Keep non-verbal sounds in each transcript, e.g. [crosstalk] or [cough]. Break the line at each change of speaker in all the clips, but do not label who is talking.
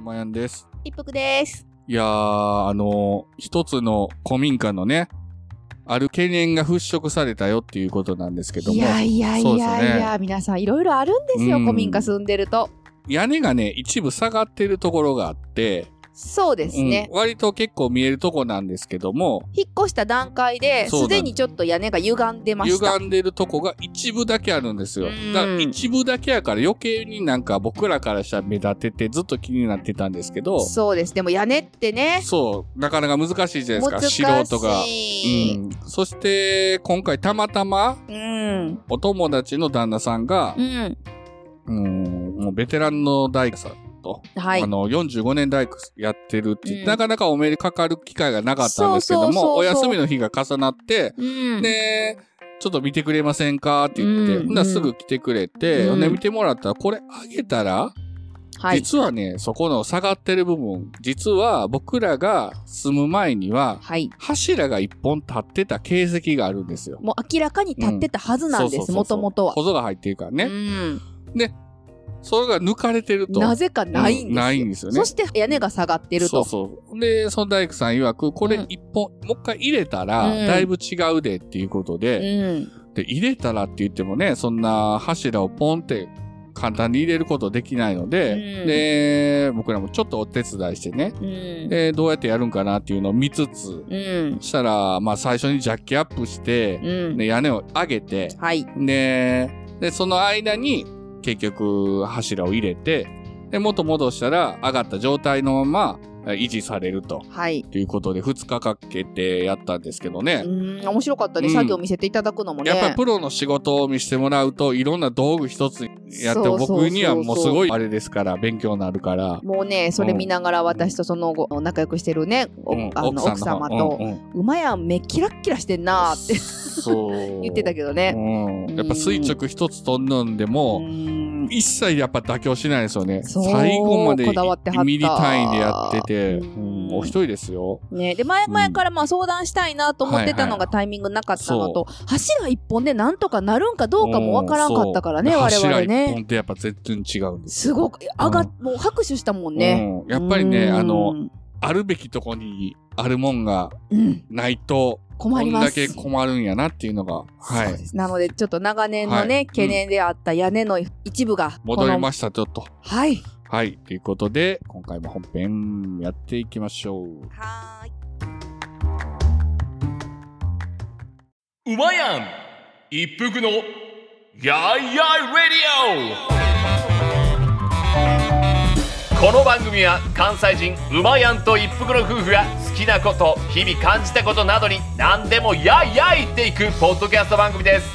まやんです。
一服です。
いやー、あのー一つの古民家のね、ある懸念が払拭されたよっていうことなんですけど
い
も、
やいやい
そうですよ
やいや、
ね
皆さんいろいろあるんですよ、
うん
古民家住んでると。
屋根がね、一部下がってるところがあって、
そうですね。
うん割と結構見えるとこなんですけども、
引っ越した段階で
そうな
す
んです
でにちょっと屋根が歪んでました。
歪んでるとこが一部だけあるんですよ
うん。
だから一部だけやから余計になんか僕らからしたら目立ててずっと気になってたんですけど、
そうです。でも屋根ってね、
そう、なかなか難しいじゃない
難
です
し
か、素人が。う
い。
ん、そして今回たまたま
うん。
お友達の旦那さんが
う、ん。
うん、もうベテランの大工さんと、
はい
あ。の45年大工やってるって、
うん
なかなかお目にかかる機会がなかったんですけども
そうそうそうそう
お休みの日が重なって、
うん。
でちょっと見てくれませんかって言って、
うん
ほんならすぐ来てくれて、
うん
ほんで見てもらったらこれあげたら、
はい。
実はねそこの下がってる部分実は僕らが住む前には
はい。
柱が一本立ってた形跡があるんですよ。
もう明らかに立ってたはずなんです、もともとは。
細が入ってるからね。
うん
それが抜かれてると。
なぜかないんですよ。
うんないんですよね
そして屋根が下がってると。
そうそう。で、その大工さん曰く、これ
うん
一本、もう一回入れたら、
うん
だいぶ違うでっていうことで、
うん。
で、入れたらって言ってもね、そんな柱をポンって簡単に入れることできないので、
うん
で、僕らもちょっとお手伝いしてね、
うん。
で、どうやってやるんかなっていうのを見つつ、
うん。
したら、まあ最初にジャッキアップして、
うん。
で、屋根を上げて、
はい。
で、で、その間に、結局、柱を入れて、で、元戻したら、上がった状態のまま、え維持されると。
はい。
ということで、2日かけてやったんですけど
う
ね。
ん。面白かったね、
うん
作業見せていただくのもね。
やっぱりプロの仕事を見せてもらうと、いろんな道具一つやっても、
そうそうそうそう
僕にはもうすごいあれですから、勉強になるから。
もうね、それ見ながら私とその後、仲良くしてるね、お
うん
あの奥
さんの
様
方
と、
うんうん
うまやん目キラッキラしてんなーって
そう。
[laughs] 言ってたけど
ど
ね。
うん。やっぱ垂直一つとんのんでも、
うん
一切やっぱ妥協しないですよね。
そう
最後まで
こだわってはった
ミリ単位でやってて、
う
うんんお一人ですよ。
ね、で前々からまあ相談したいなと思ってたのがタイミングなかったのと、柱一本でなんとかなるんかどうかもわからんかったからね、
うん
我
そう
々
柱一
ね
本。ってやっぱ全然違うんです。
すごく、上が
う
もう拍手したもんね。
うんやっぱりね、
うん
あの、、あるべきとこにあるもんが
うん、
ないと、
困
こ
り
ん
ま
だ
す。
け困るんやなっていうのが、は
そう
い。
ですなので、ちょっと長年のね、
はい
懸念であった屋根の一部が、
戻り
す。
ました、ちょっと。
はい。
はい。ということで、今回も本編やっていきましょう。
はーい。
うまやん一服のやいやいレディオこの番組は関西人うまやんと一服の夫婦が好きなこと日々感じたことなどに何でもやいやい言っていくポッドキャスト番組です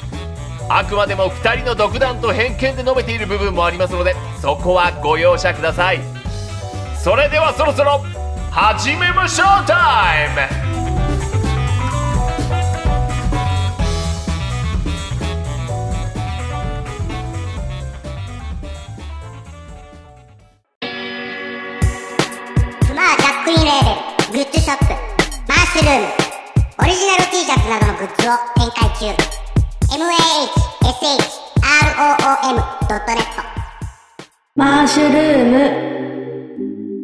あくまでも2人の独断と偏見で述べている部分もありますのでそこはご容赦くださいそれではそろそろ始めましょうタイム
まあジャックインレーベルグッズショップマッシュルームオリジナル T シャツなどのグッズを展開中 mahshroom.net
マーシュルーム。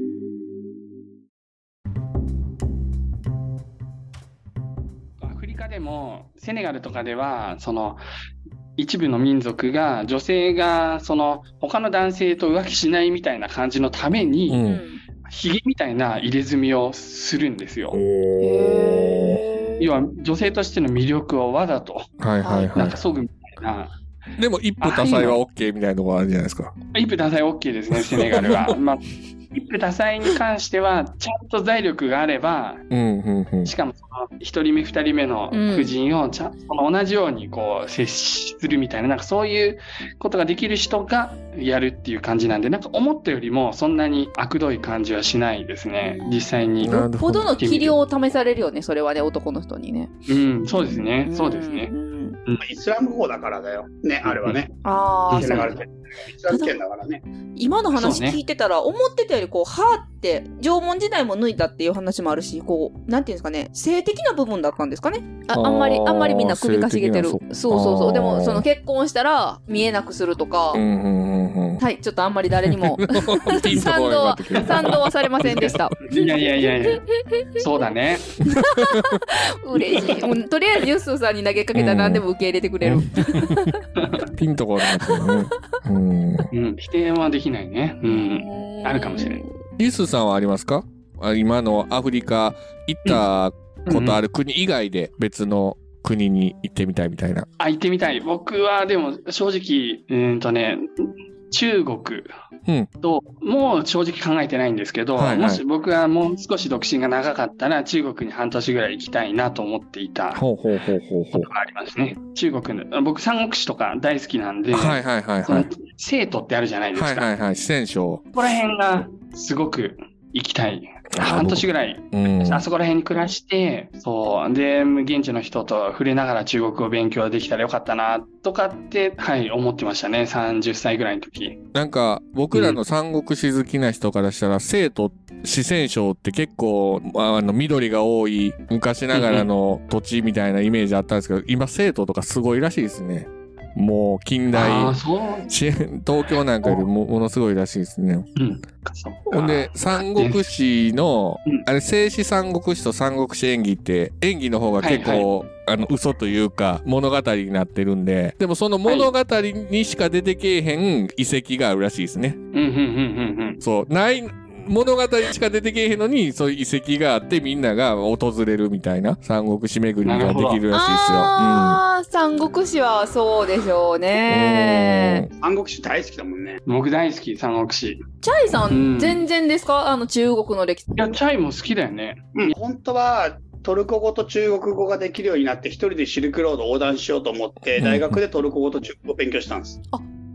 アフリカでもセネガルとかではその一部の民族が女性がその他の男性と浮気しないみたいな感じのために、
う
うん
ん、
ヒゲみたいな入れ墨をするんですよ。
へー
要は女性としての魅力をわざと
はいはい
な
は
んかそぐみたいな。
い。でも一夫多妻は OK みたいなところあるじゃないですか。
一夫多妻 OK ですね、セネガ
[laughs]
ルは。まあ、一夫多妻に関しては、ちゃんと財力があれば、
うんうんうん。
しかもその一人目二人目の夫人をちゃん、その同じようにこう接するみたいななんかそういうことができる人がやるっていう感じなんでなんか思ったよりもそんなに悪どい感じはしないですね実際に、
な
よ
る
っぽ
ほど
どの器量を試されるよね、それはね、男の人にね。
うん、そうですねそうですね
ん。うん
イスラム法だからだよ。ね、あれはね。
ああ、
セ
そ
ネ
う
ガル圏。イスラム圏だからね。
今の話
そうね
聞いてたら、思ってたよりこう、はーって、縄文時代も抜いたっていう話もあるし、こう、なんていうんですかね、性的な部分だったんですかね。あ
あー
あんまり、あんまりみんな首かしげてる。
性
そう
的な
そうそう
あー
でも、その結婚したら見えなくするとか、
うんうんうんうん
うん
はい、ちょっとあんまり誰にも [laughs]
ピンとこうよかったけど
賛同はされませんでした。
いやいやいやいや、そうだね。
嬉し
[laughs]
い。もうとりあえずユッスーさんに投げかけたら何でも受け入れてくれる。
ピンとこなかったね。うん。
うん、否定はできないね。うん。あるかもしれない。
リスさんはありますかあ今のアフリカ行ったことある国以外で別の国に行ってみたいみたいな。
あ、行ってみたい。僕はでも正直、うーんとね、中国
うん
と、もう正直考えてないんですけど、
はいはい
もし僕はもう少し独身が長かったら、中国に半年ぐらい行きたいなと思っていた
ほう
こ
ほうほうほうほ
とがありますね。中国の、僕三国志とか大好きなんで、
う。はいはいはい
そ
は
の
い。
生徒ってあるじゃないですか。
はいはいはい。四川省。
ここら辺がすごく行きたい。
あ
半年ぐらい、
うん。
あそこら辺に暮らして、そう、で、現地の人と触れながら中国語を勉強できたらよかったな、とかって、はい、思ってましたね。30歳ぐらいの時。
なんか僕らの三国志好きな人からしたら、生徒四川省って結構ああの緑が多い昔ながらの土地みたいなイメージあったんですけど、今生徒とかすごいらしいですねもう近代 [laughs]
ああ、そう。
し東京なんかよりもものすごいらしいですね
うん。そっか
ほんで、三国志の
うん
あれ静止三国志と三国志演技って演技の方が結構、あの嘘というか物語になってるんででもその物語にしか出てけえへん遺跡があるらしいですね
うん、うん、うん、うん
そう、ない、物語にしか出てけえへんのに、そういう遺跡があってみんなが訪れるみたいな、三国志巡りができるらしいですよ。
ああ、三国志はそうでしょうね。
うん
三国志大好きだもんね。
うん。僕大好き、三国志。い
チャイさ、
うんん
全然ですかあの中国の歴史。
や、チャイも好きだよね。
うん、本当は、トルコ語と中国語ができるようになって、一人でシルクロードを横断しようと思って、大学でトルコ語と中国語を勉強したんです。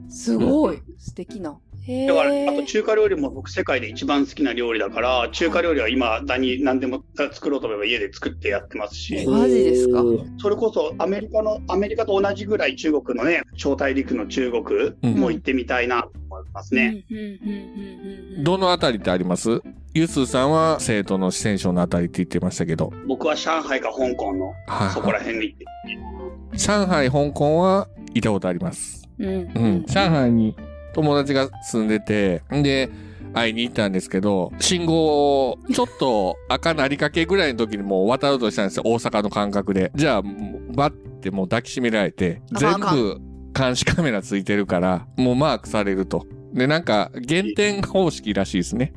すごい。素敵な。へ
だから、あと
え。
中華料理も僕世界で一番好きな料理だから、中華料理は今、何、何でも作ろうと思えば家で作ってやってますし、
マジですか
それこそアメリカの、アメリカと同じぐらい中国のね、超大陸の中国も行ってみたいなと思いますね。
うんうんうんうんうん
どのあたりってありますユスさんは生徒の四川省のあたりって言ってましたけど。
僕は上海か香港の
はい
そこら辺に行って、
上海、香港は行ったことあります。
うん
う
うんん。
上海に友達が住んでて、で、会いに行ったんですけど、信号をちょっと赤なりかけぐらいの時にもう渡ろうとしたんですよ。大阪の感覚で。じゃあ、もうバッてもう抱きしめられて、
あ
全
あか
部監視カメラついてるから、もうマークされると。で、なんか、減点方式らしいですね。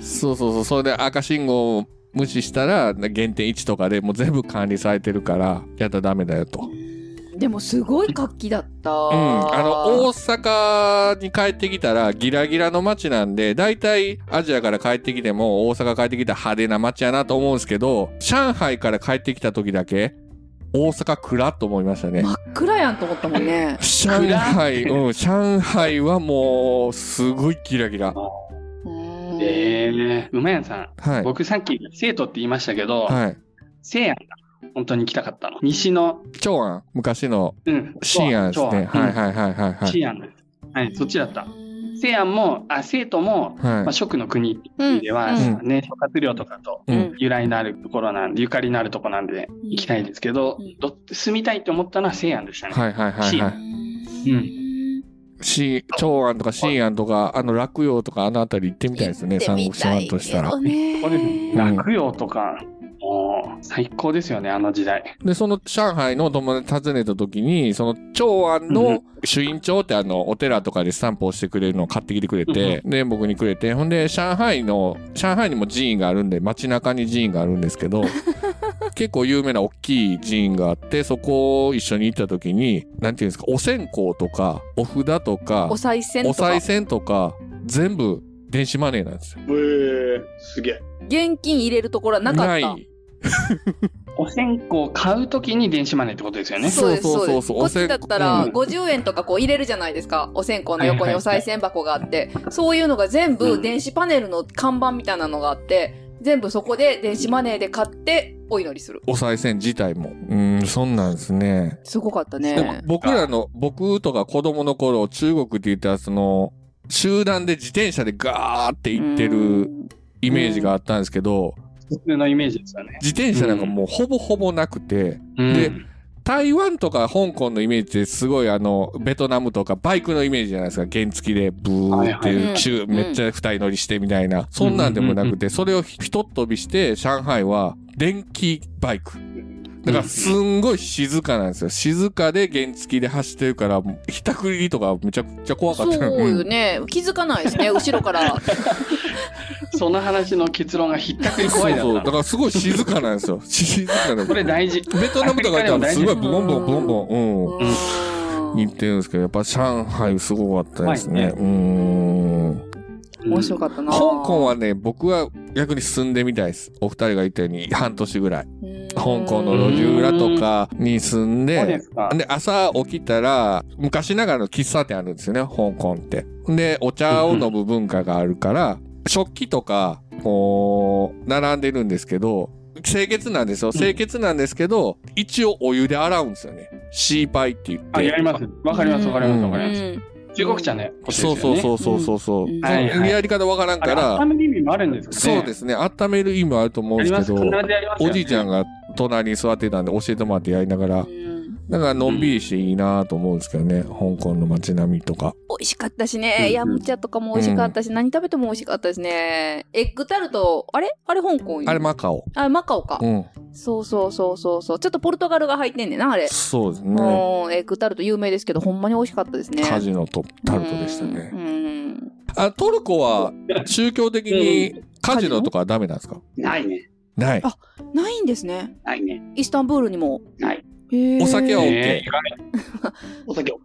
そうそうそう。それで赤信号を無視したら、減点1とかでもう全部管理されてるから、やったらダメだよと。
でもすごい活気だった。
うん、あの大阪に帰ってきたらギラギラの街なんで大体アジアから帰ってきても大阪帰ってきたら派手な街やなと思うんですけど上海から帰ってきた時だけ大阪暗と思いましたね
真。っ暗やんと思ったもんね。
上海、うん、上海はもうすごいギラギラ。
え
ええうまやんさん。
はい。
僕さっき生徒って言いましたけど、
はい。
西安が本当に行きたかったの。西の、
長安、昔の
うん。
新安ですね。
長安
はいはいはいはいはい。
西安です。はい、そっちだった。西安も、あ、西都も、
はい
まあ、諸の国っていう意味では、
うん
ね、諸葛亮とかと
うん
うん
由来のあるところなんで、ゆかりのあるところなんで行きたいですけど、
うん
どっ住みたいと思ったのは西安でしたね。
はいはいはい
新
は
安
い。
うん。
し長安とか新安とかあの洛陽とかあの辺り行ってみたいですね。三国志湾としたら。
ね
これ、
な
落葉とか、もう最高ですよね、あの時代。
で、その上海の友達訪ねた時に、その長安
うんう
の朱印帳ってあの、お寺とかでスタンプをしてくれるのを買ってきてくれて、で、僕にくれて、ほんで、上海の、上海にも寺院があるんで、街中に寺院があるんですけ
[laughs]
ど、結構有名な大きい寺院があって、そこを一緒に行った時に、なんていうんですか、お線香とか、お札とか、
お賽銭
お
とか
賽。銭とか、全部電子マネーなんですよ。
へーすげえ。
現金入れるところはなかった。
い。
お線香買うときに電子マネーってことですよね。
そうです、
そう
そ
そううそうそう
です。こっちだったら
お線
50円とかこう入れるじゃないですか。お線香の横にお賽銭箱があって。そういうのが全
う
部
ん
電子パネルの看板みたいなのがあって、全部そこで電子マネーで買ってお祈りする。
お賽銭自体も。うん、そんなんですね。
すごかった
でも
ね。
僕らの、僕とか子供の頃、中国って言ったら、その、集団で自転車でガーって行ってるイメージがあったんですけど、
普通のイメージですよね。
自転車なんかもうほぼほぼなくて、
うん
で台湾とか香港のイメージってすごいあの、ベトナムとかバイクのイメージじゃないですか。原付きでブーって
はい
い
は
う
い
中、
ん
めっちゃ二人乗りしてみたいな。そんなんでもなくて、それをひとっ飛びして、上海は電気バイク。だからすんごい静かなんですよ。静かで原付きで走ってるから、ひたくりとかめちゃくちゃ怖か
そ
ったよ。
うよね気づかないですね
[laughs]
後ろから
その話の結論がひったくり怖いだ
そうそう。
っ
だ
た。
からすごい静かなんですよ。静かなの
こ。れ大事。
ベトナムとか行ったらすごいボンボンボンボン、うん。
うん
行ってるんですけど、やっぱ上海すごかったですね。
う
うーん。
面白かったな
香港はね、僕は逆に住んでみたいです。お二人が言ったように、半年ぐらい。
うん
香港の路地裏とかに住ん
そう
で
で、すか。
で、朝起きたら、昔ながらの喫茶店あるんですよね、香港って。で、お茶を飲む文化があるから、食器とか、こう、並んでるんですけど、清潔なんですよ。清潔なんですけど、一応お湯で洗うんですよね。シーパイって言って。
あ、やります。わかります、わかります、わかります。
うん
中国茶ね。
そうそう
う。
そうそうそうそう。
うん
はいはい
やり方わからん
あ
か
れ、
ら、
温める意味もあるんですかね。
そうですね、温める意味もあると思うん
や
で
り
す
ま
け
す。
ど
必、ずやりますよね。
おじいちゃんが隣に座ってたんで教えてもらってやりながら
う、ん
なんかのんびりしていいなと思うんですけどね、香港の街並みとか。
美味しかったし
うんう
ね
ん
ヤムチャとかも美味しかったし何食べても美味しかったですねエッグタルトあれあれ香港
あれマカオ。
あれマカオか
うん。
そうそうそうそうそうちょっとポルトガルが入ってんねんなあれ
そうですね。
うんエッグタルト有名ですけどほんまに美味しかったですね
カジノとタルトでした
う
ね。
ん
あ、トルコは宗教的にカジノとかはダメなんですか
ないね。
ない
あ。ないんですね
ないね。
イスタンブールにも
ない
へー
お酒は OK。
え
お酒 OK。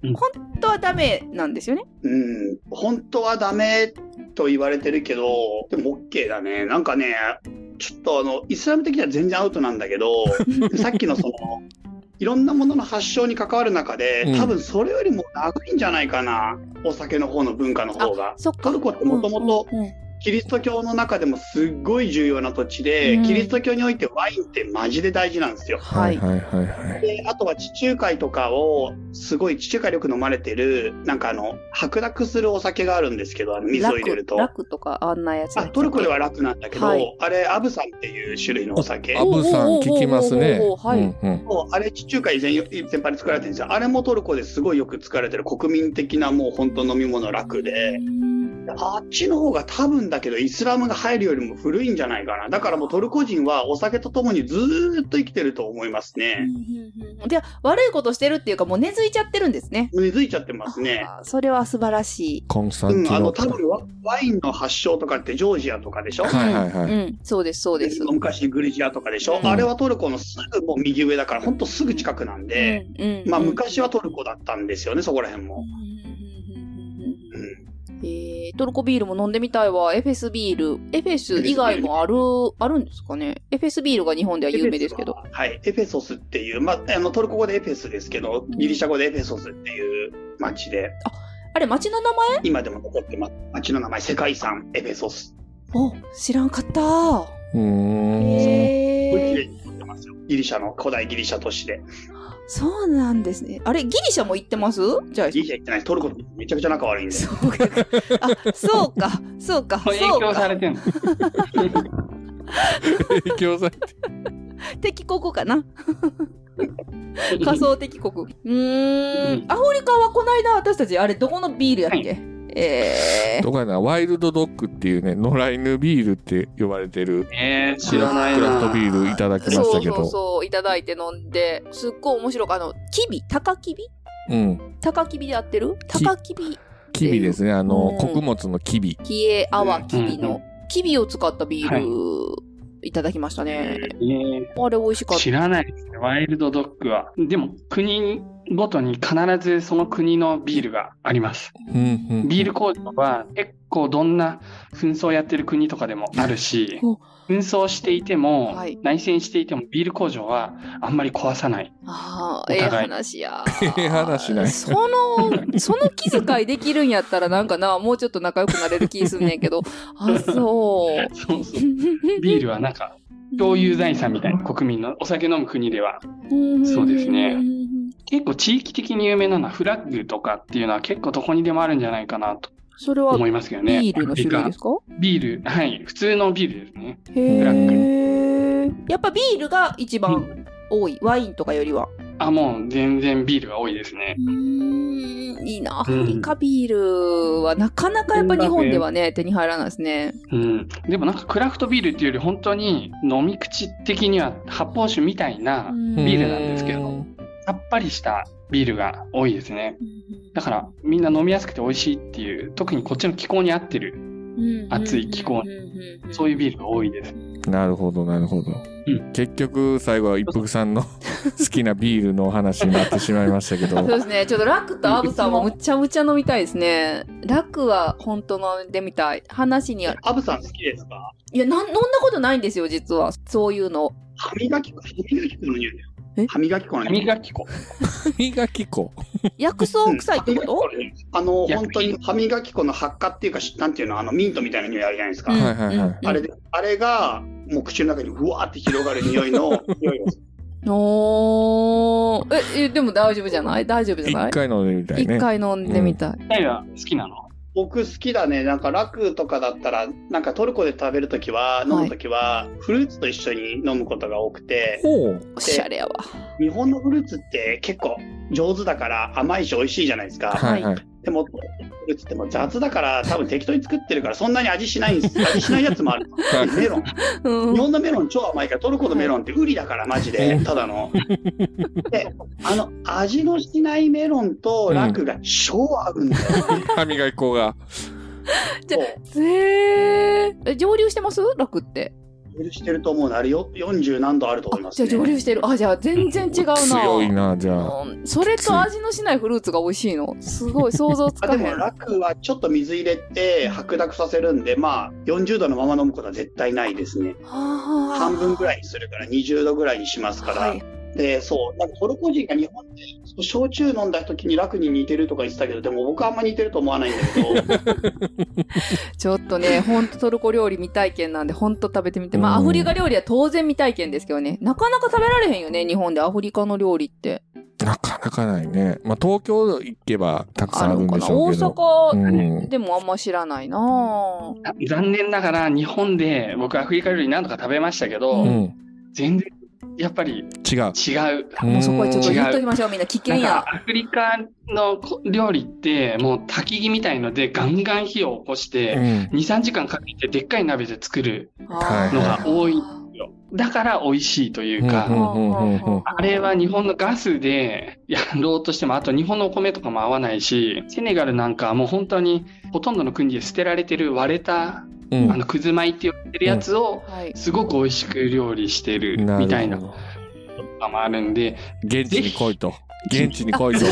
本当はダメなんですよね
うん。本当はダメと言われてるけど、でも OK だね。なんかね、ちょっとあの、イスラム的には全然アウトなんだけど、さっきのその、いろんなものの発祥に関わる中で
う、ん
多分それよりも長いんじゃないかな。お酒の方の文化の方が。
そっか
トルコって元々
うんうんうん
キリスト教の中でもすっごい重要な土地で、
うん
キリスト教においてワインってマジで大事なんですよ。
は
はいい
はいはいはい。
であとは地中海とかをすごい地中海でよく飲まれてるなんかあの白濁するお酒があるんですけどあの水を入れると
ラクラクとかあんなやつだっ
あ
け
トルコでは楽なんだけど、
はい
あれアブサンっていう種類のお酒
アブさん聞きますね。
おーおーおーおーおーはい
うんうん
もうあれ地中海全全般に作られてるんですよあれもトルコですごいよく作られてる国民的なもう本当飲み物楽であっちの方が多分だけどイスラムが入るよりも古いんじゃないかなだからもうトルコ人はお酒とともにずーっと生きてると思います
うん
ね
うんうんで悪いことしてるっていうかもう根付いちゃってるんですね
根付いちゃってますね
あーそれは素晴らしい
コンスタン
う
テ
ん、
ィ
あ
ノー
の
プ
多
ル。
分ワワインの発祥とかってジョージアとかでしょ、
はいはいはい。
うんそうですそうです
昔グリジアとかでしょ、
うん
あれはトルコのすぐもう右上だからほんとすぐ近くなんで、
うんうん
まあ昔はトルコだったんですよねそこら辺も、うん
えートルコビールも飲んでみたいわ。エフェスビール。エフェス以外もある、あるんですかねエフェスビールが日本では有名ですけど。
はい、エフェソスっていう、まあ、あのトルコ語でエフェスですけどギリシャ語でエフェソスっていう町で
あれ、町の名前
今でも残ってます町の名前世界遺産エフェソス
お知らんかった。
うーん。
これ綺
へ
麗
え。
に残ってますよギリシャの古代ギリシャ都市で
そうなんですね。あれ、ギリシャも行ってますじゃあ。
ギリシャ行ってないトルコとめちゃくちゃ仲悪いんで
そうか。あ、そうか。そうか。
影
そう
響さ
か。
れてるの。
影響さ
敵国かな。仮想敵国。うーん。アフリカはこの間私たち、あれ、どこのビールやっけ、え
[laughs] どこやな、ワイルドドッグっていうね、野良犬ビールって呼ばれてる、
えー、
ク
知
ラ
らないな。
フトビールいただき
ー、
ました
そう
けど。
そうそう、いただいて飲んで、すっごい面白く、あの、キビ、高キビ
うん。
高キビで合ってる
き
高キビ、
キビですね、あ
う
の
ん、
穀物のキビ。
キエアワキビの、
うん
キビを使ったビール、い、ただきましたね。
え
あれ、美味しか
ー
った
知。らないですね、ワイルドドッグは。でも、国ごとに必ずその国のビールがあります。
うんうん
ビール工場は結構どんな紛争やってる国とかでもあるし
お、
紛争していても、
はい
内戦していてもビール工場はあんまり壊さない。
ああ、
お
ええ
互い
話や。
ええ話ない
[laughs] その、その気遣いできるんやったらなんかな、もうちょっと仲良くなれる気すんねんけど。あ、そう。
そ
[laughs]
うそうビールはなんか共有財産みたいな国民のお酒飲む国ではそうですね結構地域的に有名なのはフラッグとかっていうのは結構どこにでもあるんじゃないかなと
それは
思いますけどね。
ビールの種類ですか
ビール、はい、普通のビールですね。
へえ。やっぱビールが一番多いワインとかよりは
あ、もう全然ビールが多いですね。
うーんいいなアフリカビールはなかなかやっぱ日本ではね手に入らないですね
うん。でもなんかクラフトビールっていうより本当に飲み口的には発泡酒みたいなビールなんですけど、さっぱりしたビールが多いですね。だからみんな飲みやすくて美味しいっていう、特にこっちの気候に合ってる、暑い気候そういうビールが多いです。
なるほど、なるほど。
うん
結局、最後は一服さんの [laughs] 好きなビールのお話になってしまいましたけど。
[laughs] そうですねちょっとラクとアブさんはむちゃむちゃ飲みたいですねラクは本当飲んでみたい話にある
アブさん好きですか
いやなん飲んだことないんですよ実はそういうの
歯磨き粉、歯磨き粉の匂いだよ
え。
歯磨き粉の
歯
匂い。
磨き粉。
磨き粉。
薬草臭いってこと、
あの、本当に歯磨き粉の発火っていうか、しなんていうの、あの、ミントみたいな匂いあるじゃないですか。
うんはいはいはい
あれで、あれが、もう口の中にふわーって広がる匂
[laughs]
いの、匂いを
おーええでも大丈夫じゃない大丈夫じ
一
ゃない
回飲んでみたい
一
ね。
回飲んでみたい、
二人は好きなの
僕好きだね。なんか、ラクとかだったら、なんかトルコで食べるときは、飲むときは、フルーツと一緒に飲むことが多くて、
ほう。
おしゃれやわ
日本のフルーツって結構上手だから甘いし美味しいじゃないですか。
はいはい。
でも、フルーツってもう雑だから、多分適当に作ってるから、そんなに味しない
[laughs]
んです。味しないやつもある。メロン。
うん
日本のメロン超甘いから、トルコのメロンってウリだから、マジで。ただの。で、あの、味のしないメロンとラクが超合うんだよ。
[laughs] 歯磨き粉が。
じゃ
も
へーえ蒸留してます楽って
う許してると思うのあれよ。40何度あると思います、
じゃあ
ね。
蒸留してるあじゃあ全然違うな
強いな、じゃあ。
うんそれと味のしないフルーツが美味しいのすごい想像つ
あ
かへ
で
ん
も、ラクはちょっと水入れて白濁させるんで、まあ、40度のまま飲むことは絶対ないですね。半
半
分ぐ
らい
らいにするから、20度ぐらいにしますから。
はい、
で、そう、なんかトルコ人が日本で焼酎飲んだ時に楽に似てるとか言ってたけど、でも僕はあんま似てると思わないんだ
[laughs]
けど、
ちょっとねほんとトルコ料理未体験なんでほんと食べてみてまあ
う
ア
ん
フリカ料理は当然未体験ですけどねなかなか食べられへんよね日本でアフリカの料理って
なかなかないね。まあ、東京行けばたくさんあ
あ
る
る
ん
のか
で
な
しょ
大
うけど。
阪、
うん。
でもあんま知らないなぁ
残念ながら日本で僕アフリカ料理何度か食べましたけど、
うん。
全然やっぱり
違う。
違う。
もうそこはちょっと
うん
言っときましょうみんな危険
なん
や
かアフリカの料理ってもう焚き火みたいのでガンガン火を起こして
うん。
2、3時間かけてでっかい鍋で作る
はい
のが多いよ。だから美味しいというか、
うんうんうんうんうん
あれは日本のガスでやろうとしても、あと日本のお米とかも合わないし、セネガルなんかはもう本当にほとんどの国で捨てられてる割れた、
う
あの、くず米って言われてるやつを、
はい
すごく美味しく料理してる
ん。
みたいな
る
こ
ほど
ともあるんで、
現地に来いと。現地に来
[laughs]
いと。
で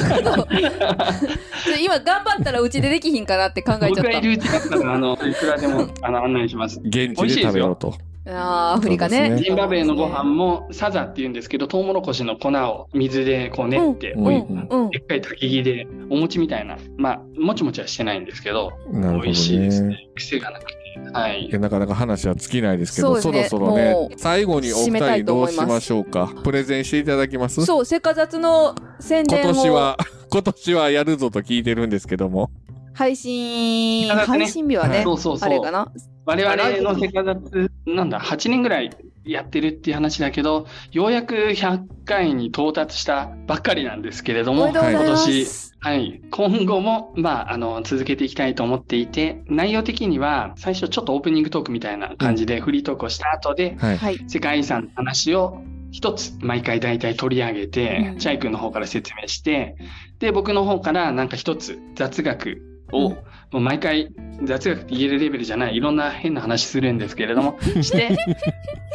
今頑張ったらうちでできひんかなって考えちゃ
僕
っ
がいるうちだったら、あの、いくらでも、あの、案内します。
現地で食べようと。
た。ああ、アフリカね。
そうです
ジンバブエのご飯もサザって言うんですけど、トウモロコシの粉を水でこう練って、
うん
お湯
うん
うん
で。っかい焚き火で、お餅みたいな、まあ、もちもちはしてないんですけど、
なるほど
美味しいです
ね
ね。。癖がなくて。はい
いや。なかなか話は尽きないですけど、
そ
そう
ですね
ろそろね
も、う
最後にお
締めた
二人
いと
どう
思い
し
ます
ましょうか。プレゼンしていただきます
そう、せかざつの宣
今
伝
年
を
は、 [laughs] 今年はやるぞと聞いてるんですけども。
配信、
せかざつね
配信日はね、
そうそうそ
あれか
う。
な。
我々のセカザツ、なんだ、8年ぐらいやってるっていう話だけど、ようやく100回に到達したばっかりなんですけれど
おめ
も
で、とうございま
はい今
す。
はい。今後も、まあ、あの、続けていきたいと思っていて、内容的には、最初ちょっとオープニングトークみたいな感じでフリートークをした後で、
はい。
はい。
世界遺産の話を一つ毎回大体取り上げて、
うん
チャイ君の方から説明して、で、僕の方からなんか一つ雑学を、
うん
もう毎回雑学って言えるレベルじゃない、いろんな変な話するんですけれど
[laughs]
も、して、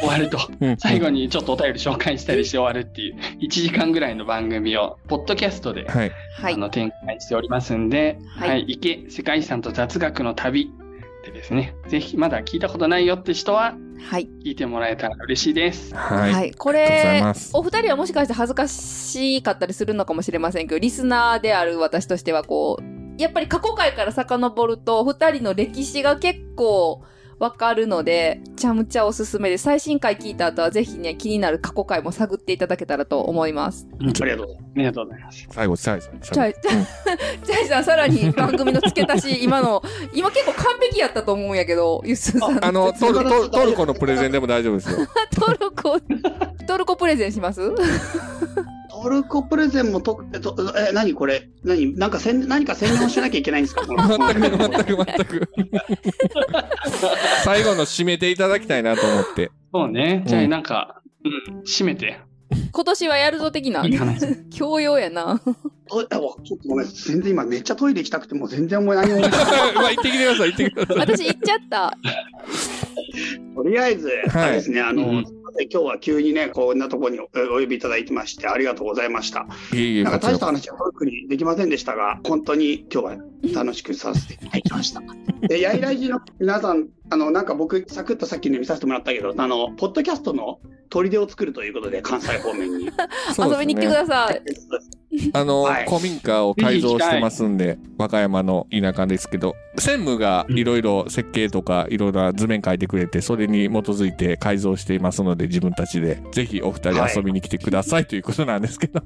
終わると。
うん
最後にちょっとお便り紹介したりして終わるっていう、1時間ぐらいの番組を、ポッドキャストで
はい。
は
あ
い。
の展開しておりますんで、
は
はいい、池世界遺産と雑学の旅でですね、ぜひまだ聞いたことないよって人は
はい。
聞いてもらえたら嬉しいです。
はい。
はい。こ
ありがとうござい
れ
ま、す。
お二人はもしかして恥ずかしかったりするのかもしれませんけど、リスナーである私としては、こう、やっぱり過去回から遡ると、二人の歴史が結構、わかるので、ちゃむちゃおすすめで、最新回聞いた後はぜひね、気になる過去回も探っていただけたらと思います。
ありがとうございます。
ありがとうございます。
最後、チャイさん。
チャイ、チャイ、 [laughs] チャイさん、さらに番組の付け
[laughs]
足し、今の、今結構完璧やったと思うんやけど、ゆすさん。
あのトルトル、トルコのプレゼンでも大丈夫ですよ。
トルコ、トルコプレゼンします [laughs]
トルコプレゼンもと、えっと、え、何これ何なんかせん、何か宣伝をしなきゃいけないんですかこの
全く全
[laughs]
く。最後の締めていただきたいなと思って。 [laughs]
そうね。じゃ
う
あ、
ん
なんか、うん、締めて。
今年はやるぞ的な。
いい話。
教養やな。
とあわちょっとごめん。全然今めっちゃトイレ行きたくてもう全然思い何も思い出せない。
まあ、行ってきてください、行ってきてください。
私行っちゃった。
とりあえず、
はい
あれですね、あの、
うん
今日は急にね、こんなところにおお呼びいただいてまして、ありがとうございました。
いえいえ、
なん
こち
か大
ら
した話は特にできませんでしたが、本当に今日は楽しくさせていただきました。で、やいらいじの皆さん、あの、なんか僕、サクッとさっきの見させてもらったけど、あの、ポッドキャストの砦を作るということで、関西方面に。
そうで
遊
す
び
ね
に行ってください。
あの、
はい
古民家を改造してますんで、和歌山の田舎ですけど、専務がいろいろ設計とかいろいろな図面書いてくれて、それに基づいて改造していますので、自分たちで、ぜひお二人遊びに来てください、ということなんですけど。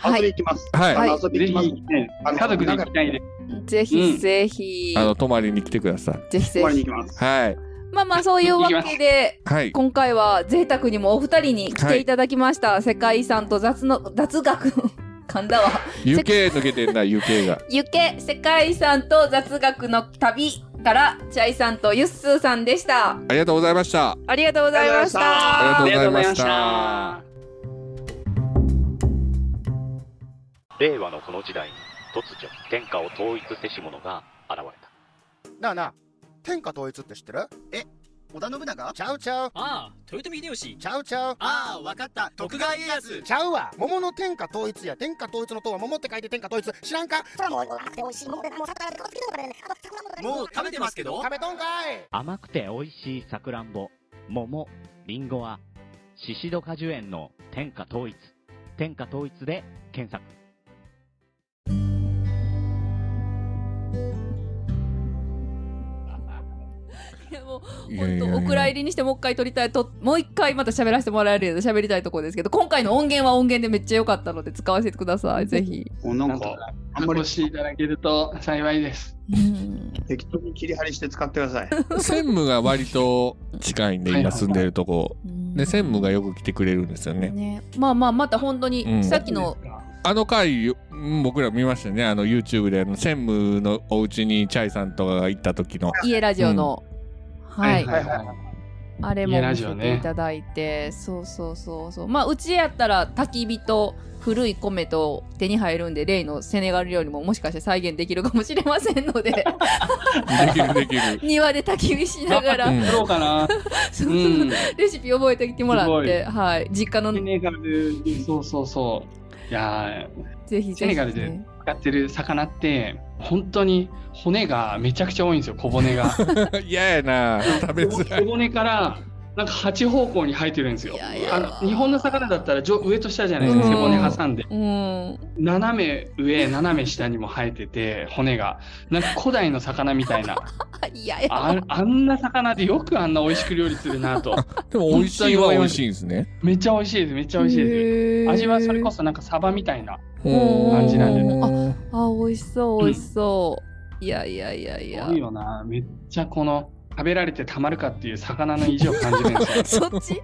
はい
遊び行きます。
はい。
あ
は
の遊び
ぜ
行きます。
ひ、ね
あ、の
家族で行きたいです。
ぜ
う
ひ
ん
ぜひ、
あの、泊まりに来てください。
ぜひぜ
泊まり
ひ。
に行きます。
はい。
まあまあそういうわけで、
はい。
今回は贅沢にもお二人に来ていただきました。世界遺産と雑の、雑学の、噛んだわ。
湯気抜けてんな、湯気が。
ゆけ、世界遺産と雑学の旅から、チャイさんとユッスーさんでした。
ありがとうございま
[laughs]
した。
ありがとうございまし
あ
た。
ありがとうございまし
あ
た。
令和のこの時代に突如天下を統一せし者が現れた
なあなあ、天下統一って知ってるえ、織田信長ちゃうちゃう。
ああ、豊臣秀吉。
ちゃうちゃう。
ああ、わかった。徳川家康。
ちゃうわ。桃の天下統一や。天下統一の塔は桃って書いて天下統一。知らんか
それはもう甘くて美味しいもんでもう魚とか好きだからねあと桜も食べる
もう食べてますけど。
食べとんかい
甘くて美味しいさくらんぼ桃りんごはシシド果樹園の天下統一天下統一で検索
いやもう
いやいや
本当
いや
お蔵入りにしてもう一回撮りたいともう一回また喋らせてもらえるように喋りたいところですけど今回の音源は音源でめっちゃ良かったので使わせてくださいぜひ、
もうな
なんんと
か、
か、
あんま
お
り
越しいただけると幸いです。
適当に切り張りして使ってくだ [laughs] さい。
専務が割と近いんで、今住んでるとこ。で、専務がよく来てくれるんですよね。
ねまあまあまた本当に、
うん
さっきの
あの回、うん僕ら見ましたね。あの YouTube で、あの、専務のお家にチャイさんとかが行った時の。
家ラジオの、はい、
はいはい
あれも見せていただいて、そうそうそうそうまあうちやったら焚き火と古い米と手に入るんで例のセネガル料理ももしかして再現できるかもしれませんので [laughs]
できるできる。 [laughs]
庭で焚き火しながら、
うん
やろうかな。。
そううそうんレシピ覚えてきてもらって、はい、実家の
セネガル、そうそうそう。いやー、
ぜひぜひ、ね、
セネガルで使ってる魚って、本当に骨がめちゃくちゃ多いんですよ、小
[laughs]
骨が。
嫌やな食べ
小
づらい。
骨から、なんか8方向に生えてるんですよ
い。やいや
あの日本の魚だったら上上と下じゃないですか、背
うん
骨挟んで。
うん
斜め上、斜め下にも生えてて、骨が。なんか古代の魚みたいな。
あいやいや
ああんな魚でよくあんな美味しく料理するなと。
でも美味しいは美味しいんですね。
めっちゃ美味しいです、めっちゃ美味しいです。
です
味はそれこそなんかサバみたいな。
うん
感じなんで
ね。
あ美味しそう美味しそう、いやいやいやい
す
や。
ごいよな。めっちゃこの、食べられてたまるかっていう魚の意地を感じるんですよ
そっ
[laughs]
ち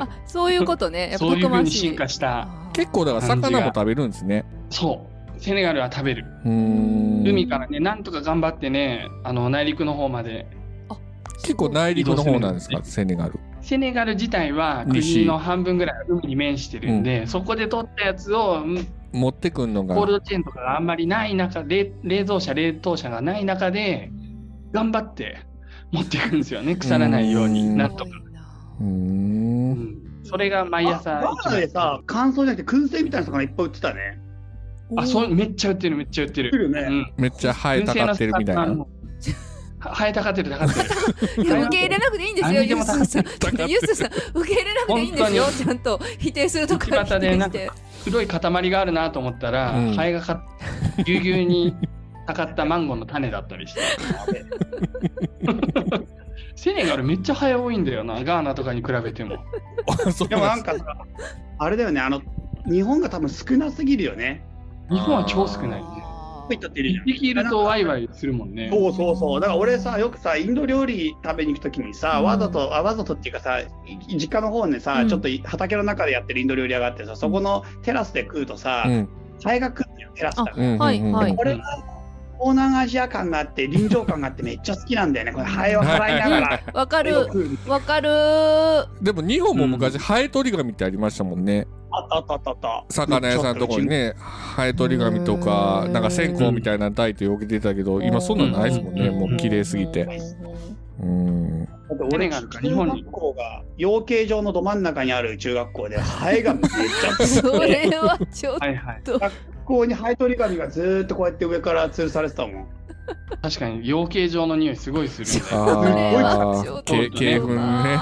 あそういうことねやっぱ
そういう
たく
風
ま
に
しい
進化した。
あー
結構だから魚も食べるんですね。
そう。セネガルは食べる。
うーん
海からね、なんとか頑張ってね、あの、内陸の方まで。
結構内陸の方なんです
移
か、
動
セネガル。
セネガル自体は
西
国の半分ぐらいは海に面してるんで、そこで取ったやつをうん
持ってくんのが
コール。ドチェーンとかがあんまりない中で冷蔵車冷凍車がない中で頑張って持っていくんですよね腐らないよう
う
に
ん
なんとか、
すごいな
うー。
うんん、それが毎
あ
朝
バーナーでさ、乾燥じゃなくて燻製みたいな魚いっぱい売ってたね。
あそうめっちゃ売ってるめっちゃ売って
売ってる
る、う
ね。
ん、
めっちゃ生えたかってるみたい
燻製
な
の魚。も [laughs] 生えたかってる高ってる
いや受け入れなくていいんですよ
何
ユ
で
ー
も
スさんユースさん受け入れなくていいんですよ
本当
ちゃんと否定するところ
道端でなん
否定
か
して
黒い塊があるなと思ったら、
うん
ハエがかぎゅうぎゅうにかかったマンゴーの種だったりして。セネガルめっちゃ早多いんだよなガーナとかに比べても
[laughs]
でもなんかさあれだよねあの日本が多分少なすぎるよね
日本は超少ないね
いったっているじゃん
一匹いるとワイワイするもんね
そうそうそうだから俺さよくさインド料理食べに行くときにさ、わざとあわざとっていうかさい実家の方ねさ、ちょっとい畑の中でやってるインド料理屋があってさそこのテラスで食うとさ、
うん
ハエが食うんだよテラスだか
あ
ら、
はいはい
でこれが東南アジア感があって臨場感があってめっちゃ好きなんだよねこれハエを払いなが
[laughs]
ら
わかるわかるー
でも日本も昔、ハエ取り紙ってありましたもんね。
あったあったあったあった
魚屋さんのとこにね、ハエ取り紙とか、なんか線香みたいなの抱いて避けてたけど、今そんなのないですもんね、もう綺麗すぎて。うん。
だって俺が日本に校が養鶏場のど真ん中にある中学校でハエがめっちゃく
それはちょっ
と学校にハエ取り紙がずーっとこうやって上から吊るされてたもん
確かに養鶏場の匂いすごいするんだよ
あ
[laughs]
あ、け景粉ね。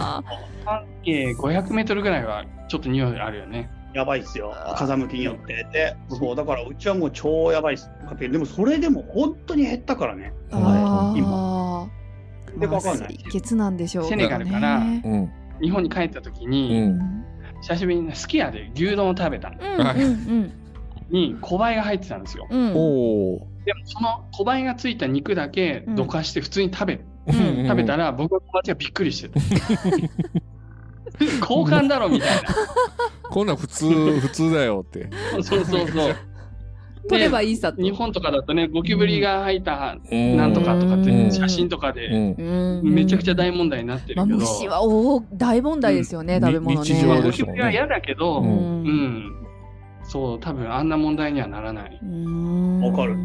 えー、500メートルぐらいはちょっと匂いあるよね。
やばいっすよ風向きによってでそうだからうちはもう超やばいっすでもそれでも本当に減ったからね
あ
今でわかんない
ケツなんでしょう
セネガルから、
うん、
日本に帰った時に、久しぶりにすき家で牛丼を食べたの、に小梅が入ってたんですよ、 [laughs]
うん
おお。
でもその小梅がついた肉だけどかして普通に食べる、
うん
食べたら僕の友達がびっくりしてた [laughs] 交換だろみたい
[laughs] こんなん普通、普通だよって。
なそうそうそう
取ればいいさ
日本とかだとねゴキブリが入った
うん
なんとかとかって写真とかでめちゃくちゃ大問題になってるけど、
虫はお大問題ですよね、食べ物ね
ゴキブリは嫌だけど、うんそう多分あんな問題にはならない
わかる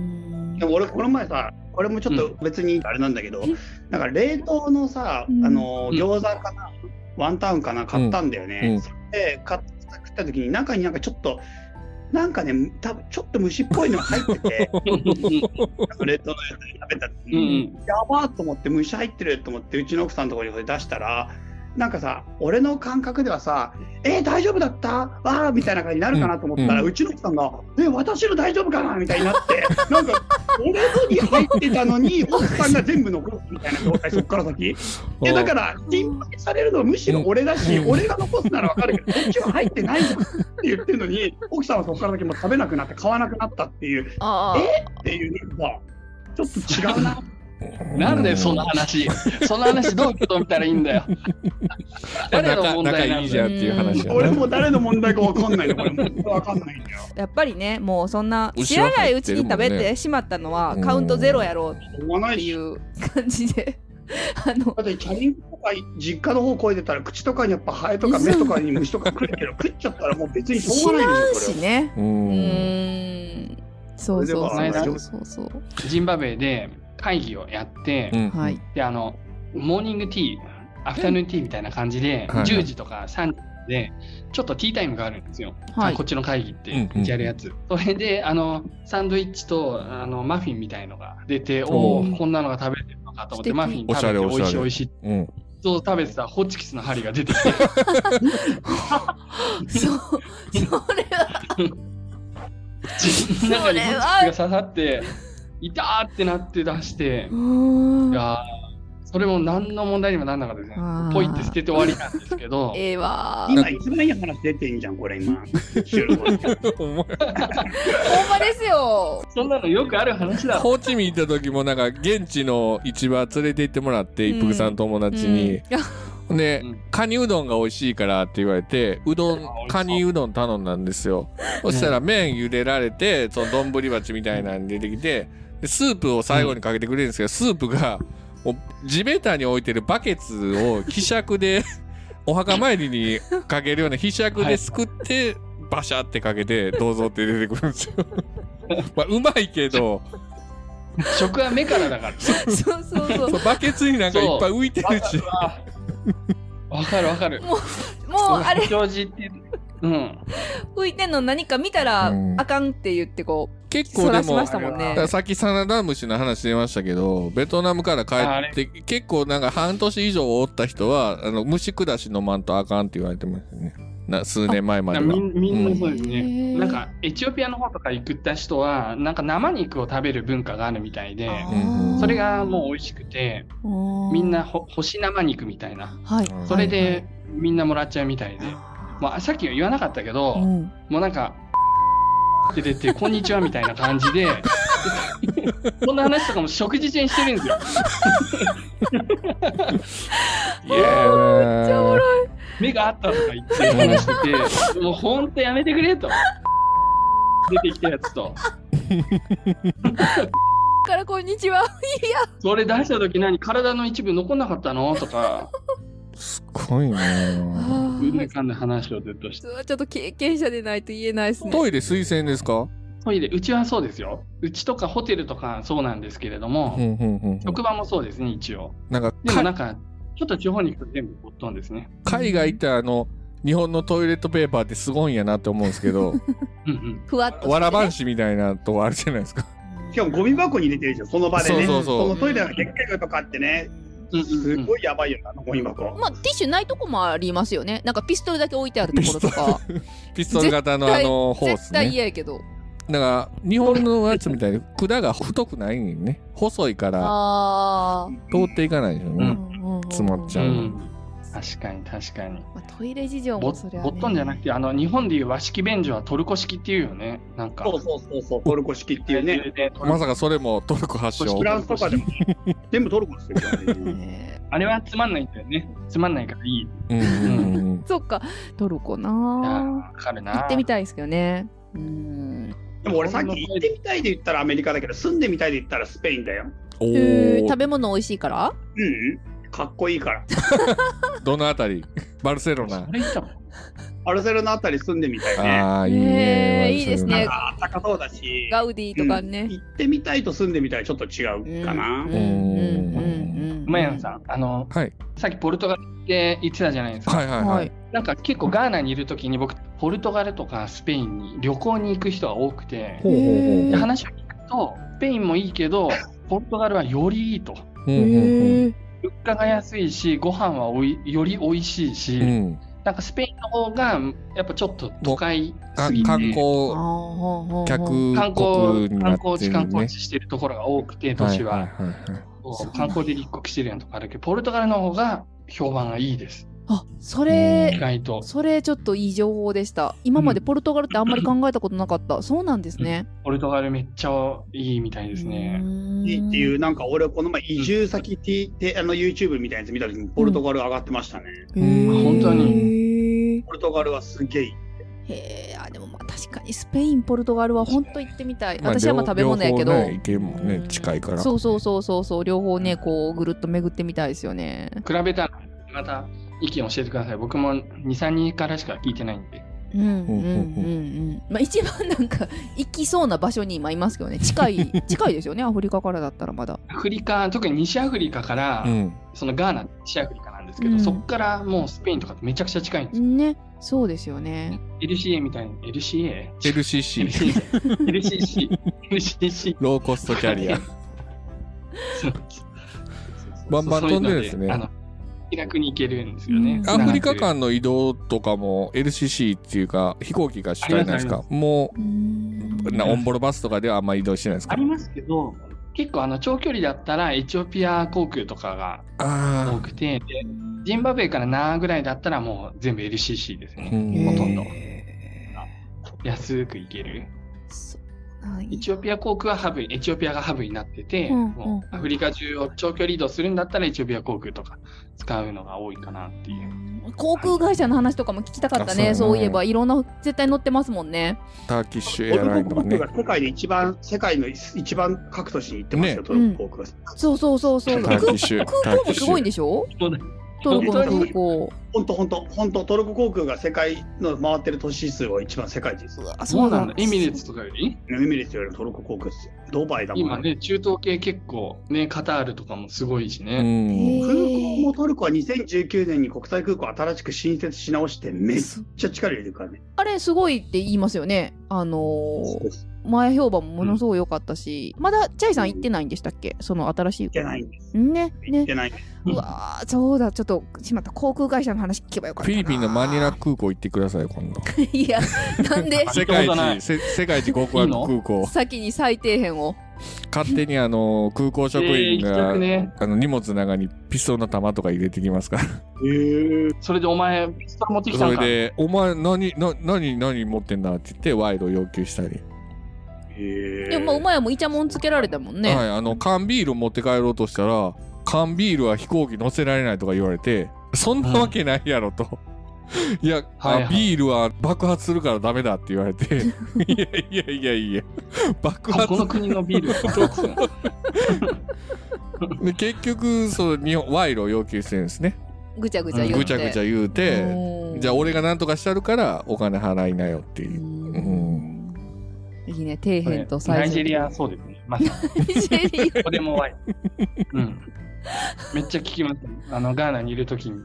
でも俺この前さこれもちょっと別にあれなんだけど、なんか冷凍のさ、
うん
あの餃子かな、ワンタンかな買ったんだよね、
うん
それで買って食った時に中になんかちょっとなんかね多分ちょっと虫っぽいのが入っててなんか冷凍のやつ食べた時に、やばーと思って虫入ってると思ってうちの奥さんのところにそれ出したらなんかさ俺の感覚ではさ「えー、大丈夫だったわー」みたいな感じになるかなと思ったら、う
うん
ちの奥さんが「えー私の大丈夫かな?」みたいになって [laughs] なんか俺のに入ってたのに奥さんが全部残すみたいな状態そっから先えだから心配されるのはむしろ俺だし、俺が残すなら分かるけどこっちは入ってないじゃんって言ってるのに奥さんはそっから先もう食べなくなって買わなくなったっていう
あ
えーっていうなんかちょっと違うな。
なんだよそんな話その話どう受け止めたらいいんだよ誰の問題
[laughs] 仲仲
なんだよ
いいじゃんっていう話やな
俺も誰の問題か分かんないのこれもう分かんない
やっぱりねもうそんな
牛
知ら
は
な
入
い
っ
うち
て
に
るもんね
食べてしまったのはカウントゼロやろうっていう感じで [laughs]
だってキャリンコとか実家の方越えてたら口とかにやっぱハエとか目とかに虫とか来るけど食っちゃったらもう別にしょうがないでしょ
しね
う
ーんそうそう
この間
そうそうそう
ジンバブエで会議をやって、
うん
はい
であのモーニングティーアフタヌーンティーみたいな感じで、
はいはい
10時とか3時でちょっとティータイムがあるんですよ、
はい
あこっちの会議って
うんうん
うちやるやつ、それであのサンドイッチとあのマフィンみたいのが出てお
お
おこんなのが食べれてるのかと思って
素敵
マフィン
おしゃれ
食べて
おしゃ
美味しい
れ
美味しい
うん。
そう食べてたホチキスの針が出て
[laughs]
きてそれは中にホチキスが刺さって痛ーってなって出していやーそれも何の問題にもなんなかったですね
あー
ポイって捨てて終わりなんですけど
ええわ
今
一番いい話出てんじゃんこれ今
ほんまですよ
そんなのよくある話だ
ホーチミン行った時もなんか現地の市場連れて行ってもらって
うん
一服さん友達に、で、カニうどんが美味しいからって言われてうどんカニうどん頼んだんですよそしたら麺茹でられてその丼鉢みたいなのに出てきてでスープを最後にかけてくれるんですけど、スープがもう地べたに置いてるバケツを希釈で [laughs] お墓参りにかけるような希釈ですくって、バシャってかけてどうぞって出てくるん [laughs] ですよ。まあうまいけど
食は目からだから
そうそうそう
[laughs] そうバケツになんかいっぱい浮いてるし
わかるわかる
もうもうあれ
教授ってうん
浮いてんの何か見たら
うん
あかんって言ってこう
結
そ
構で
らし
も
ましたもんね
だからさっきサナダムシの話出ましたけどベトナムから
ああ
帰って結構なんか半年以上おった人はあの虫下し飲まんとあかんって言われてましたねな数年前までは。
みんみんなそう
う
ですね、なんかエチオピアの方とか行った人はなんか生肉を食べる文化があるみたいでそれがもう美味しくてみんなほ干し生肉みたいな、
はい
それでみんなもらっちゃうみたいで、まあ、さっきは言わなかったけど、もうなんか [laughs] 「って出て「こんにちは」みたいな感じでこんな話とかも食事中にしてるんですよ。
んいやー
目があったとか言って話してて、もうほんとやめてくれと。出てきたやつと。
からこんにちは。いや。
それ出した時何体の一部残んなかったのとか、
すごいね。
うんぬかんぬ話をずっとして。
それはちょっと経験者でないと言えないですね。
トイレ推薦ですか
トイレ、うちはそうですよ。うちとかホテルとかそうなんですけれども、
うんうんうんうん
職場もそうですね、一応。
なんか
でもなんか、ちょっと地方に行くと全部ボットンですね。
海外行ったらあの日本のトイレットペーパーってすごいんやなって思うんですけ
[laughs]
ど
ふわっ
わらばんしみたいなとこあるじゃないですか。
しかもゴミ箱に入れてるじゃん、その場で
そ
ね。
うそうそう
のトイレがでっかいのとかあってね、すごいやばいよな、あのゴミ箱。
まあ、ティッシュないとこもありますよね。なんかピストルだけ置いてあるところとか。
ピストル型のあのホー
[laughs] 絶
ス
対
ね。
嫌やけど。
だから日本のやつみたいに管が太くないん
[laughs]
ね。細いから
ああ。
通っていかないでしょうね。
うん
詰まっちゃう。
うん確かに確かに。
トイレ事情
ボ
もそれは、
ッ
ね。
トンじゃなくて、あの、日本でいう和式便所はトルコ式っていうよね。なんか。そう
そうそうそう、トルコ式っていうね。
まさかそれもトルコ発祥。
フランスとかでも
全部トルコですよ。
あれはつまんないんだよね。つまんないからいい。
うんうんうん
そっか。トルコな
わかる
あ。
な。
行ってみたいですけどね。
でも俺さっき行ってみたいで言ったらアメリカだけど、住んでみたいで言ったらスペインだよ。
お
へー
お
食。べ物美味しいから
うん。かっこいいから。
どのあたり？バルセロ
[laughs]
ナ。
バルセロナあたり住んでみたいね。
あーいい
ねえーいいですね
あー高そうだし。
ガウディとかね。
行ってみたいと住んでみたいちょっと違うかな。
マヤンさん、あの、さっきポルトガルって言ってたじゃないですか。
はいはいはいはい
なんか結構ガーナにいるときに僕、ポルトガルとかスペインに旅行に行く人が多くて、
ほうほうほう
で話を聞くと、スペインもいいけど、ポルトガルはよりいいと。
うんうんうん
物価が安いし、ご飯はおいより美味しいし、
うん
なんかスペインの方がやっぱちょっと都会
か
すぎて
観光客
観
国に
光
な
観
ってるね
光地観光地してるところが多くて都市は,、
はいはいはいはい
そう観光で立国してるようなとこあるけどポルトガルの方が評判がいいです
あ、それ、
意外と
それちょっといい情報でした。今までポルトガルってあんまり考えたことなかった。そうなんですね。
ポルトガルめっちゃいいみたいですね
いいっていう、なんか俺、この前、移住先って言って、あの YouTube みたいなやつ見た時に、ポルトガル上がってましたね。
本当
に。
ポルトガルはすげえいい。
へえ、あ、でもまあ確かにスペイン、ポルトガルは本当行ってみたい。
まあ
私はまあ食べ物やけど。
両方ね行けんもんね近いから。
そうそうそうそうそう、両方ね、こうぐるっと巡ってみたいですよね。
比べたらまた意見教えてください僕も23人からしか聞いてないんで
うんうんうんうん。まあ一番なんか行きそうな場所に今いますけどね。近 [laughs] い近いですよね。アフリカからだったらまだ。
アフリカ特に西アフリカから、 [laughs] そのガーナ西アフリカなんですけど、
うん
そこからもうスペインとかってめちゃくちゃ近いんですよ
ね、そうですよね。
LCA みたいな LCA?
LCC。
LCC。LCC。
ローコストキャリア。バンバン飛んでるんですね
そういうのであの気楽に行けるんですよね。
アフリカ
間
間の移動とかも LCC っていうか飛行機が主体なんです
あり
か
ます
もうなオンボロバスとかではあんまり移動してないです
あ
か
りますけど、結構あの長距離だったらエチオピア航空とか
が
多くて、でジンバブエからナーぐらいだったらもう全部 LCC ですね。
うん
ほとんど。安く行ける。エチオピア航空はハブ、エチオピアがハブになってて、
うん
もうアフリカ中を長距離移動するんだったらエチオピア航空とか使うのが多いかなっていう。
航空会社の話とかも聞きたかったね。
あ
そ
そうう
いえばいろんな絶対乗ってますもんね。
ターキッシュエ
ト
アライ
ル
ン
コ
とか
航空
ね
が世界で一番、世界の一番各都市に行ってますよ、トルコ航空は。
そうそうそうそう。空
ターキ
空
ッシュ
港もすごいんでしょ？トルコの空港。
本当本当本当トルコ航空が世界の回ってる都市数は一番世界一です。
そうなんだ。エミレーツとかより
エミレーツよりもトルコ航空ですよ。ドバイだもん。
今ね、中東系結構ね、カタールとかもすごいしね。
空港もトルコは2019年に国際空港新しく新設し直してめっちゃ力入れてるからね。
あれすごいって言いますよね。あのー前評判もものすごく良かったし、まだチャイさん行ってないんでしたっけその新しい行って
ないん
ですねね
行ってないんです
うわーそうだちょっとしまった航空会社の話聞けばよかっ
フィリピンのマニラ空港行ってくださいよ今度
た [laughs] いやな
[laughs]
んで
世界一せ世界一極悪空港
先に最底辺を
勝手にあの空港職員
えー行きた
が、
くね
あの荷物の中にピストルの弾とか入れてきますから
それでお前ピストル持ってきた
そ
ん
れ
か
で「お前何な何何持ってんだ?」って言って賄賂要求したり、
でもまあお前もイチャモンつけられたもんね、
はい、あの缶ビール持って帰ろうとしたら「缶ビールは飛行機乗せられない」とか言われて「そんなわけないやろ」と。 [laughs] いや、あ
はいはい
ビールは爆発するからダメだって言われ
[laughs]
ていやいやいやいや爆発
この国のビールは爆発する
で結局その日本賄賂要求してるんですね
ぐちゃぐちゃ言うて
ぐちゃぐちゃ言うてじゃあ俺が何とかしたるからお金払いなよっていううん
いいね底辺と最
ナイ
初
ジェリアそうですねまさにここでもワイ
[laughs]
ンうんめっちゃ聞きますあのガーナにいるときに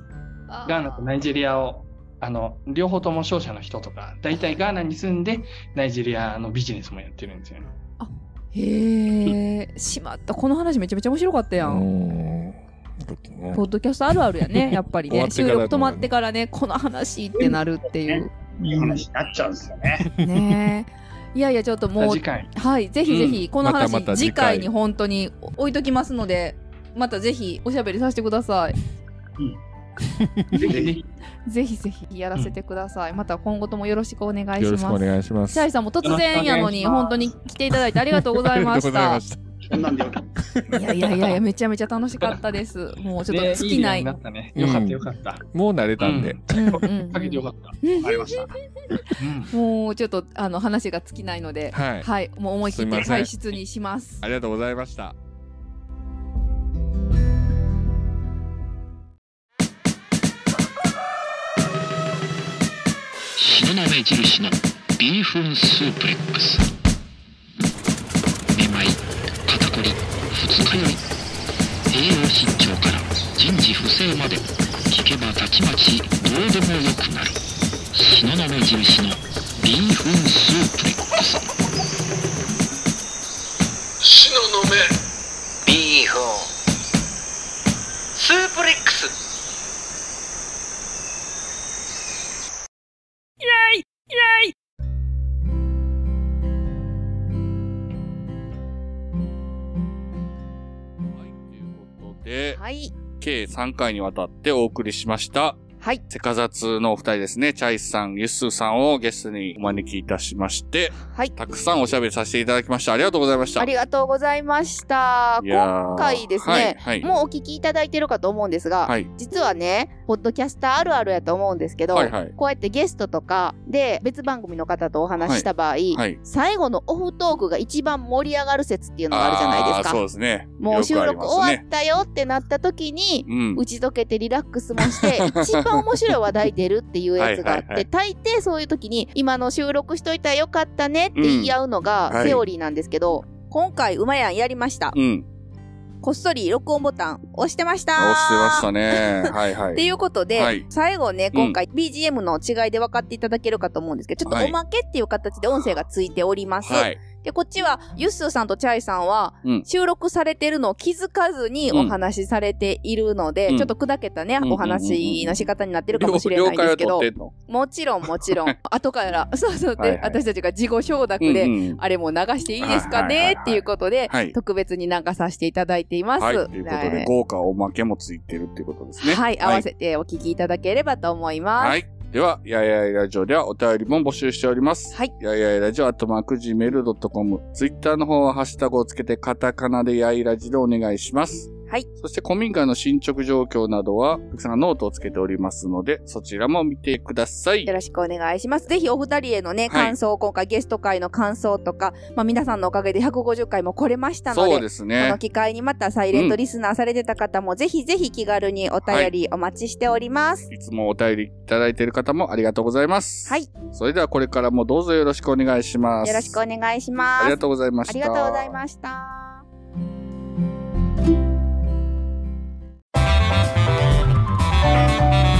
ガーナとナイジェリアをあの両方とも商社の人とか大体ガーナに住んでナイジェリアのビジネスもやってるんですよね
へえしまったこの話めちゃめちゃ面白かったやんポッドキャストあるあるやねやっぱり
終わ
ね
ってから
収
の
録止まってからねこの話ってなるっていう
いい話になっちゃうんですよね。
ねえいやいやちょっともう
また次
[laughs]
回
はいぜひぜひ
うん
この話、
またまた
次
次回
回に本当に置いときますのでまたぜひおしゃべりさせてください
ぜひぜひ
ぜひぜひやらせてください、また今後ともよろしくお願いします
よろしくお願いします
シャイさんも突然やのに
よろしくお願いします
本当に来ていただいてありがとうございま
[laughs]
し
ありがとうござい
た
ました
そんなんでよかっ
いやいやいやいやめちゃめちゃ楽しかっ
[laughs]
たですもうちょっと
ね
尽きない
いい出会になったねよかったよかった、
もう慣れたんで、
かけてよかった
うん
ありました
もうちょっとあの話が尽きないので、
はい
もう思い切っ
すい
て
ません
退出にします。
ありがとうございました
白鍋印のビーフンスープレックスめまい肩こり二日酔い栄養失調から人事不正まで聞けばたちまちどうでもよくなる白鍋印のビーフンスープレックス白鍋ビーフンスープレックス
イェイイェイ
で、
はい
計3回にわたってお送りしました。
はい。
セカザツのお二人ですね、チャイスさん、ユッスーさんをゲストにお招きいたしまして、
はい
たくさんおしゃべりさせていただきました。ありがとうございました。
ありがとうございました。
いやー
今回ですね、
はいはい
もうお聞きいただいてるかと思うんですが、
はい
実はね、ポッドキャスターあるあるやと思うんですけど、
はいはい
こうやってゲストとかで別番組の方とお話しした場合、
はいはい
最後のオフトークが一番盛り上がる説っていうのがあるじゃないですか。
あーそうですね。
もう収
よくあり
録
ます
終わ
ね
ったよってなった時に、
うん
打ち解けてリラックスも
[laughs]
して一番面白い話題出るっていうやつがあって
はいはい
大抵そういう時に今の収録しといたらよかったねって言い合うの
う
が
んはい
セオリーなんですけど、今回うまやんやりました、
うん。
こっそり録音ボタン押してました
押してましたね。はいはい。
っていうことで、
はい
最後ね、
うん
今回 BGM の違いで分かっていただけるかと思うんですけど、ちょっ
は
と
い
おまけっていう形で音声がついております。
はい
で、こっちは、ユッスーさんとチャイさんは
うん、
収録されてるのを気づかずにお話しされているので、
うん
ちょっと砕けたね、
うん
お話の仕方になってるかもしれないんですけど、
了解は取ってんの
もちろんもちろ
[laughs]
ん、後から、そうそう、で、
はいはい
私たちが事後承諾で、
うんうん
あれもう流していいです
はいは
かね、
いはいはい
っていうことで、
はい
特別になんかさせていただいています。
はい。ということ
は
で、
い
豪華おまけもついてるっていうことですね。
はい、合わせてお聞きいただければと思います。
はい。では、やいやいラジオではお便りも募集しております。
はい。
やいやいラジオ、あとマーク Gmail.com。ツイッターの方はハッシュタグをつけて、カタカナでやいラジでお願いします。
はい。
そして、古民家の進捗状況などは、たくさんノートをつけておりますので、そちらも見てください。
よろしくお願いします。ぜひお二人への
は
ね、
い
感想、今回ゲスト会の感想とか、まあ皆さんのおかげで150回も来れましたので、
そうですね
この機会にまたサイレントリスナーされてた方も、ぜひぜひ気軽にお便りお待ちしております。
いつもお便りいただいている方もありがとうございます。
はい。
それでは、これからもどうぞよろしくお願いします。
よろしくお願いします。
ありがとうございました
ありがとうございました。
「